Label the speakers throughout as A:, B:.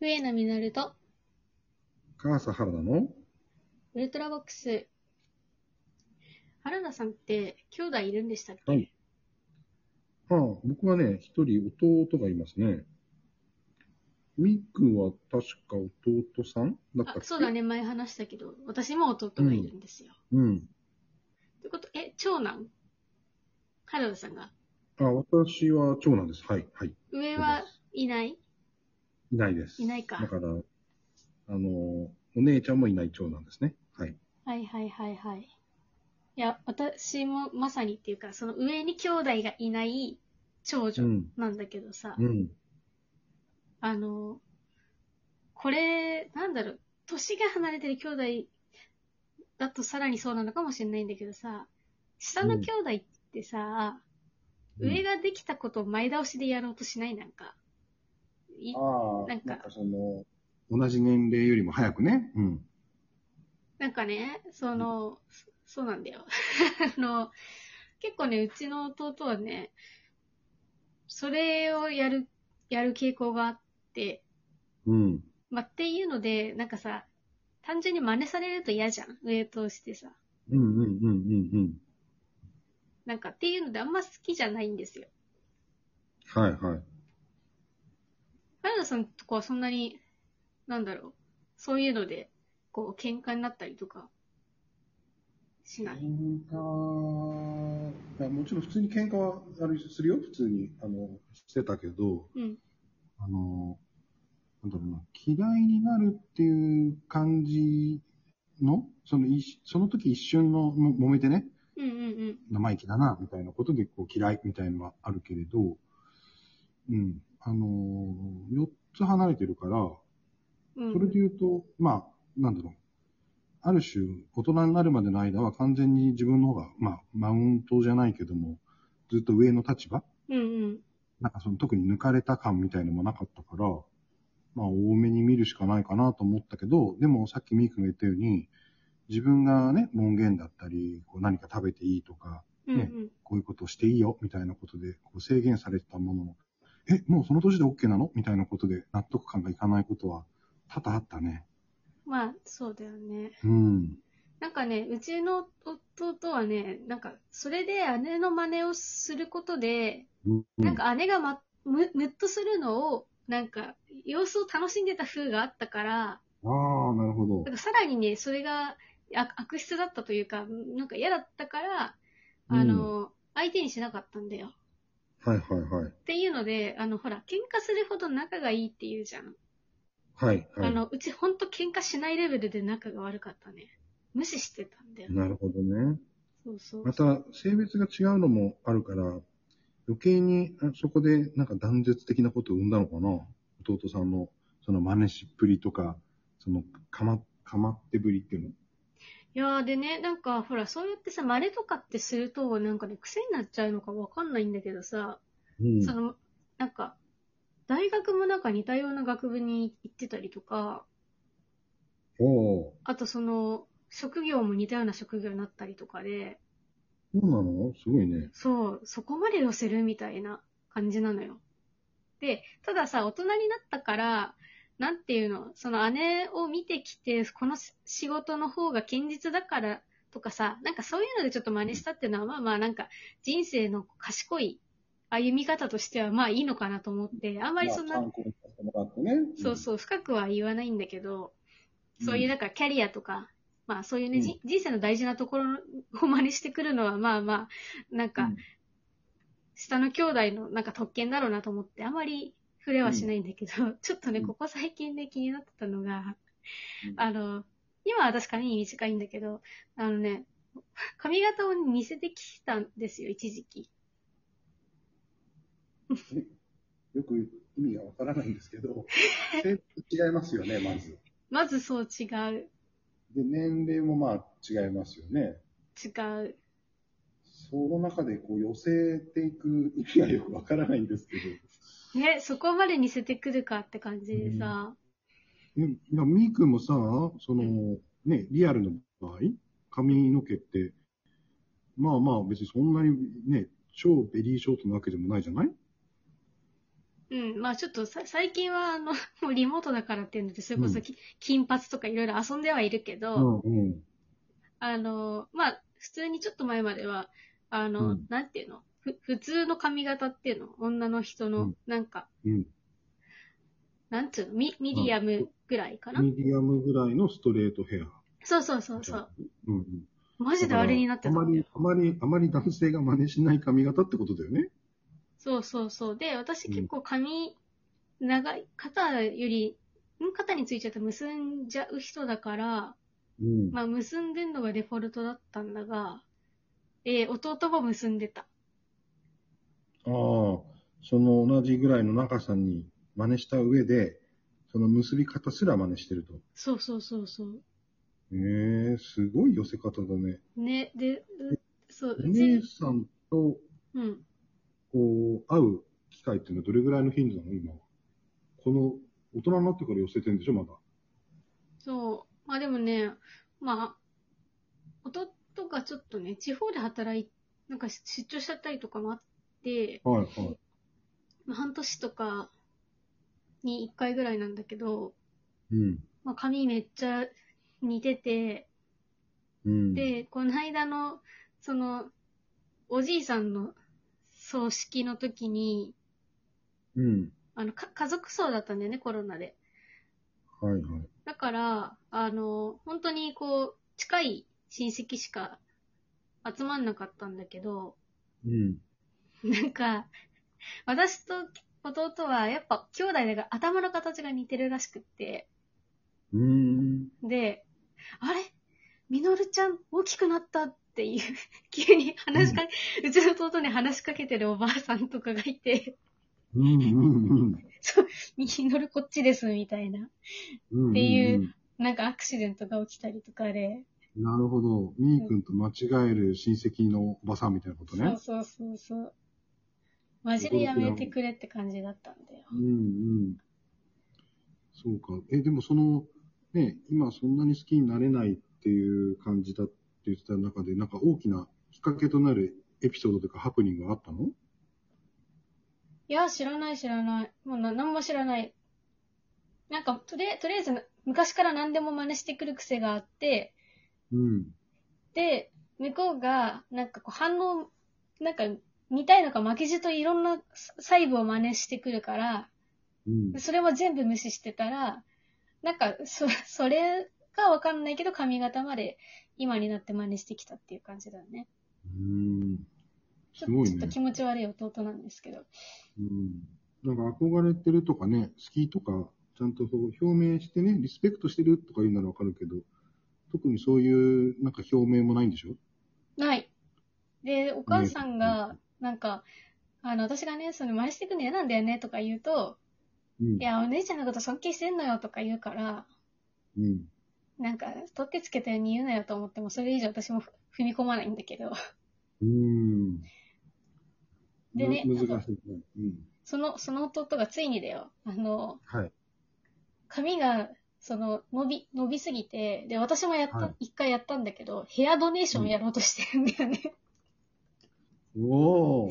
A: 上野実と
B: 母さん原田の
A: ウルトラボックス。原田さんって兄弟いるんでしたっけ、
B: はいああ、僕はね、一人弟がいますね。みっくんは確か弟さんだったっ
A: あ
B: け
A: そうだね、前話したけど、私も弟がいるんですよ。
B: うん。
A: ということ、え、長男原田さんが
B: あ、私は長男です。はい、はい。
A: 上
B: そう
A: は
B: です
A: いない
B: いないです。
A: いないか
B: だから、あの、お姉ちゃんもいない長男ですね。はい。
A: はいはいはいはい。いや、私もまさにっていうか、その上に兄弟がいない長
B: う
A: 女
B: ん。
A: なんだけどさ、
B: うん。
A: あの、これ、なんだろう、年が離れてる兄弟だとさらにそうなのかもしれないんだけどさ、下の兄弟ってさ、上ができたことを前倒しでやろうとしないなんか。い
B: あ
A: あなんかなんか
B: その、同じ年齢よりも早くね。うん。
A: なんかね、その、そそうなんだよ。 あの、結構ね、うちの弟はね、それをやる、やる傾向があって、
B: うん。
A: まあ、っていうので、なんかさ、単純に真似されると嫌じゃん。上としてさ。
B: うんうんうんうんうん。
A: なんかっていうのであんま好きじゃないんですよ。
B: はいはい。
A: 原田さんとこはそんなに、なんだろう、そういうので、こう、喧嘩になったりとか、しない。
B: 喧嘩は、いやもちろん普通に喧嘩はあるするよ、普通にあのしてたけど、
A: うん。
B: あのなんだろうな、嫌いになるっていう感じの、そのいその時一瞬のも揉めてね、
A: うんうん
B: 生意気だな、みたいなことでこう嫌いみたいなのはあるけれど、うん、あの、4つ離れてるから、
A: うん。うん、
B: それで言うと、まあ、なんだろう。ある種、大人になるまでの間は完全に自分の方が、まあ、マウントじゃないけども、ずっと上の立場
A: うんうん。
B: なんかその特に抜かれた感みたいのもなかったから、まあ、多めに見るしかないかなと思ったけど、でもさっきミー君が言ったように、自分がね、門限だったり、こう何か食べていいとか、
A: うんう
B: ね
A: ん。
B: こういうことをしていいよ、みたいなことで、こう制限されてたものの、え、もうその年で OK なのみたいなことで納得感がいかないことは多々あったね。
A: まあ、そうだよね。
B: うん。
A: なんかね、うちの弟はね、なんか、それで姉の真似をすることで、
B: うん
A: なんか姉が、ま、む、むっとするのを、なんか、様子を楽しんでた風があったから、
B: ああ、なるほど
A: だか。らさらにね、それが悪悪質だったというか、なんか嫌だったから、あの、相手にしなかったんだよ。
B: はいはいはい。
A: っていうので、あの、ほら、喧嘩するほど仲がいいって言うじゃん。
B: はいはい。
A: あの、うちほんと喧嘩しないレベルで仲が悪かったね。無視してたんだよ。
B: なるほどね。
A: そうそう。
B: また、性別が違うのもあるから、余計にあそこでなんか断絶的なことを生んだのかな。弟さんの、その真似しっぷりとか、その、かま、かまってぶりっていうの。
A: いやーでね、なんかほら、そうやってさ、真似とかってすると、なんかね、癖になっちゃうのかわかんないんだけどさ、
B: うん
A: その、なんか、大学もなんか似たような学部に行ってたりとか、
B: おお。
A: あとその、職業も似たような職業になったりとかで、
B: そうなのすごいね。
A: そう、そこまで寄せるみたいな感じなのよ。で、たださ、大人になったから、なんていうの、その姉を見てきて、この仕仕事の方が堅実だからとかさ、なんかそういうのでちょっと真似したっていうのは、まあまあなんか人生の賢い歩み方としてはまあいいのかなと思って、あんまりそんな、
B: 考にさせてもらってね。
A: そうそう、深くは言わないんだけど、そういう、
B: うん
A: だからキャリアとか、まあそういうね、
B: うん
A: じ人生の大事なところを真似してくるのは、まあまあ、なんか、下の兄弟のなんか特権だろうなと思って、あまり触れはしないんだけど、 ちょっとね、
B: うん
A: ここ最近で気になってたのが、
B: うん
A: あの、今は確かに短いんだけど、あのね、髪型を似せてきたんですよ、一時期。
B: よく意味がわからない んですけど、性別違いますよね、まず。
A: まずそう違う、
B: で、年齢もまあ違いますよね。
A: 違う。
B: その中でこう寄せていく意味がよくわからないんですけ
A: ね、そこまで似せてくるかって感じでさ、
B: ど。いや、みーくんもさ、そ
A: うん
B: の、ね、リアルの場合、髪の毛って、まあまあ別にそんなにね、超ベリーショートなわけでもないじゃない
A: うん、まあちょっとさ最近はあの、 もうリモートだからっていうので、それこそき、金髪とかいろいろ遊んではいるけど、
B: うんうん。
A: あの、まあ、普通にちょっと前までは、あの、
B: うん
A: なんていうのふ普通の髪型っていうの女の人
B: う
A: の
B: ん、
A: なんか、
B: うん。
A: なんつうのミミディアムぐらいかな、
B: ミディアムぐらいのストレートヘア。
A: そうそうそうそう。。
B: うんうん。
A: マジであれになってた
B: あ
A: んだ
B: ま
A: よ
B: り、あまり、あまり男性が真似しない髪型ってことだよね。
A: そうそうそう。で、私
B: うん
A: 結構髪、長い、肩より、ん肩についちゃって結んじゃう人だから、
B: うん。
A: まあ結んでんのがデフォルトだったんだが、えー弟も結んでた。
B: ああ、その同じぐらいの長さに真似した上で、その結び方すら真似してると。
A: そうそうそうそう。
B: ええすごい寄せ方だね。
A: ね、で、うそう、
B: お
A: う
B: 姉
A: ち、
B: さんと、
A: うん。
B: こう、会う機会っていうのはどれぐらいの頻度なの今は。この、大人になってから寄せてんでしょまだ。
A: そう。まあでもね、まあ、弟がちょっとね、地方で働い、なんかし出張しちゃったりとかもあって、
B: はい、はい。
A: まあ、半年とかに一回ぐらいなんだけど、
B: うん。
A: まあ髪めっちゃ似てて、
B: うん。
A: で、この間の、その、おじいさんの葬式の時に、
B: うん。
A: あの、か家族葬だったんだよね、コロナで。
B: はい、はい。
A: だから、あの、本当にこう、近い親戚しか集まんなかったんだけど、
B: うん。
A: なんか、私と弟はやっぱ兄弟だから頭の形が似てるらしくって、
B: うーん。
A: で、あれみのるちゃん大きくなったっていう、 急に話しかけ、うちの弟に話しかけてるおばあさんとかがいて、
B: うん、うん、
A: みのるこっちですみたいな、
B: うん。
A: ってい
B: うん。
A: なんかアクシデントが起きたりとかで、
B: なるほど。みーくんと間違える親戚のおばさんみたいなことね。
A: そうそうそうそう。マジでやめてくれって感じだったんだよ。
B: うんうん。そうか。え、でもその、ね、今そんなに好きになれないっていう感じだって言ってた中で、なんか大きなきっかけとなるエピソードとかハプニングがあったの
A: いや、知らない知らない。もうな、なんも知らない。なんか、とりあえとりあえず、昔から何でも真似してくる癖があって、
B: うん。
A: で、向こうが、なんかこう反応、なんか、似たいのか負けじといろんな細部を真似してくるから、
B: うん。
A: それも全部無視してたら、なんか、そ、 それがわかんないけど髪型まで今になって真似してきたっていう感じだね。
B: うん。
A: ち
B: す
A: ょ
B: ご
A: ち
B: い
A: ょっと
B: ね。
A: 気持ち悪い弟なんですけど。
B: うん。なんか憧れてるとかね、好きとか、ちゃんとそう表明してね、リスペクトしてるとか言うならわかるけど、特にそういうなんか表明もないんでしょ
A: ない。で、お母さんが、なんか、あの、私がね、その、真似してくの嫌なんだよねとか言うと、
B: うん
A: い。や、お姉ちゃんのこと尊敬してんのよとか言うから、
B: うん。
A: なんか、取ってつけたように言うなよと思っても、それ以上私もふ踏み込まないんだけど、
B: うん。
A: でね
B: む難しいね。うん。
A: その、その弟がついにだよ、あの、
B: はい。
A: 髪が、その、伸び、伸びすぎて、で、私もやった、一、
B: は
A: 回やったんだけど、ヘアドネーションやろうとしてるんだよね。
B: お お。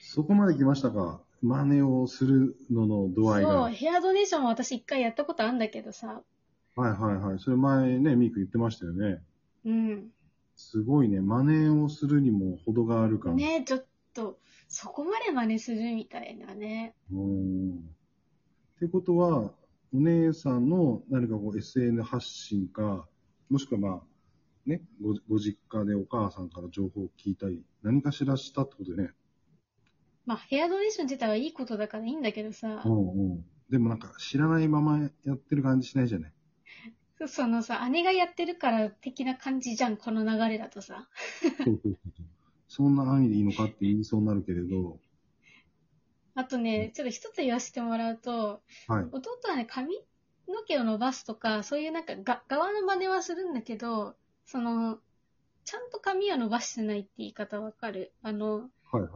B: そこまで来ましたか。真似をするのの度合いが。
A: そう、
B: はい
A: ヘアドネーションも私一回やったことあるんだけどさ、
B: はいはい。それ前ね、ミーク言ってましたよね。
A: うん。
B: すごいね。真似をするにも程があるから。。
A: ねちょっと、そこまで真似するみたいなね。
B: うん。ってことは、お姉さんの何かこう SN 発信か、もしくはまあ、ね、ごご実家でお母さんから情報を聞いたり、何かしらしたってことでね。
A: まあ、ヘアドネーション自体はいいことだからいいんだけどさ
B: う、んうん。でもなんか知らないままやってる感じしないじゃない。
A: そのさ、姉がやってるから的な感じじゃん、この流れだとさ。
B: そんな範囲でいいのかって言いそうになるけれど。
A: あとね、ちょっと一つ言わせてもらうと、
B: はい。
A: 弟はね、髪の毛を伸ばすとか、そういうなんかが、側の真似はするんだけど、その、ちゃんと髪を伸ばしてないって言い方わかる。あの、
B: はいはい。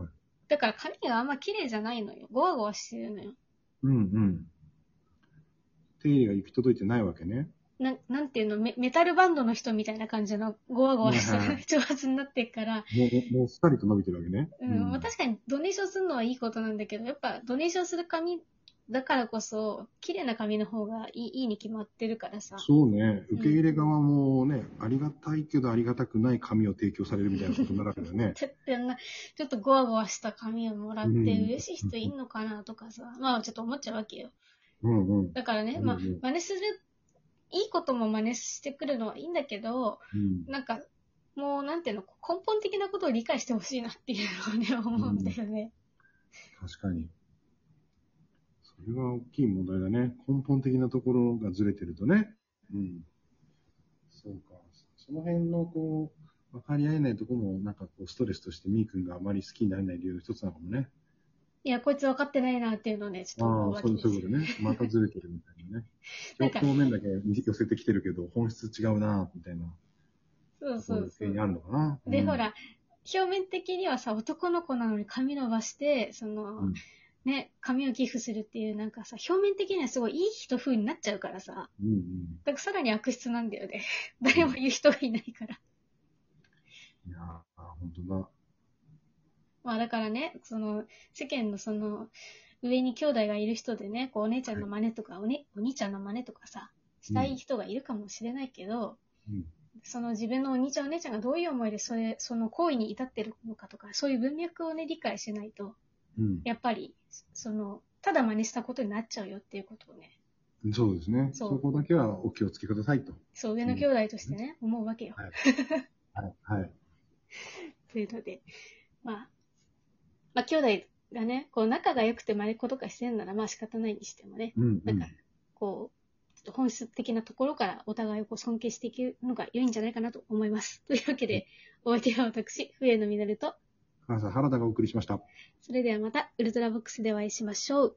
A: だから髪があんま綺麗じゃないのよ。ゴワゴワしてるのよ。
B: うんうん。手入れが行き届いてないわけね。
A: ななんていうのメ、メタルバンドの人みたいな感じの、ゴワゴワした
B: はいはい
A: 長髪になってっから、
B: もう、もうすっかりと伸びてるわけね。
A: うん、まあ確かにドネーションするのはいいことなんだけど、やっぱドネーションする髪だからこそ、綺麗な髪の方がいいいいに決まってるからさ。。
B: そうね、受け入れ側もね、ありがたいけどありがたくない紙を提供されるみたいなことになるわけだよね
A: ちょっとな、ちょっとゴワゴワした髪をもらって
B: うん
A: 嬉しい人いんのかなとかさ、まあちょっと思っちゃうわけよ。
B: うんうん。
A: だからね、まあ
B: うんうん
A: 真似する、いいことも真似してくるのはいいんだけど、
B: うん
A: なんか、もうなんていうの、根本的なことを理解してほしいなっていうのをね、思うんだよね。
B: 確かに。それは大きい問題だね。根本的なところがずれてるとね。うん。そうか。その辺の、こう、分かり合えないところも、なんかこう、ストレスとして、みーくんがあまり好きになれない理由の一つなのかもね。
A: いや、こいつ分かってないなっていうのをね、ちょっと思う
B: ああ、
A: わ
B: そ
A: け
B: う
A: です
B: そう
A: よ
B: いうことね。またずれてるみたいなね。
A: なんか
B: 表面だけ寄せてきてるけど、本質違うな、みたいな。
A: そうそうそう。
B: あるのかな。
A: で、
B: うん
A: ほ、ら、表面的にはさ、男の子なのに髪伸ばして、その、
B: うん
A: ね、髪を寄付するっていう、なんかさ、表面的にはすごいいい人風になっちゃうからさ、
B: うんうん。
A: だからさらに悪質なんだよね。 誰も言う人がいないから。
B: いやー、本当だ。
A: まあだからね、その、世間のその、上に兄弟がいる人でね、こうお姉ちゃんの真似とか、おね、お兄ちゃんの真似とかさ、したい人がいるかもしれないけど、
B: うん
A: その自分のお兄ちゃんお姉ちゃんがどういう思いでそれ、その行為に至ってるのかとか、そういう文脈をね、理解しないと、
B: うん。
A: やっぱり、その、ただ真似したことになっちゃうよっていうことをね、
B: そうですね。
A: そ
B: そうこだけはお気をつけくださいと。
A: そう、上の兄弟としてね、思うわけよ。
B: はい。はい。
A: というので、まあ、まあ、兄弟がね、こう、仲が良くて真似っことかしてるなら、まあ仕方ないにしてもね、
B: うん、う
A: なん
B: ん
A: か。こう、ちょっと本質的なところからお互いをこう尊敬していくのが良いんじゃないかなと思います。 というわけで、お相手は私、笛野実と、
B: 母さん、原田がお送りしました。
A: それではまた、ウルトラボックスでお会いしましょう。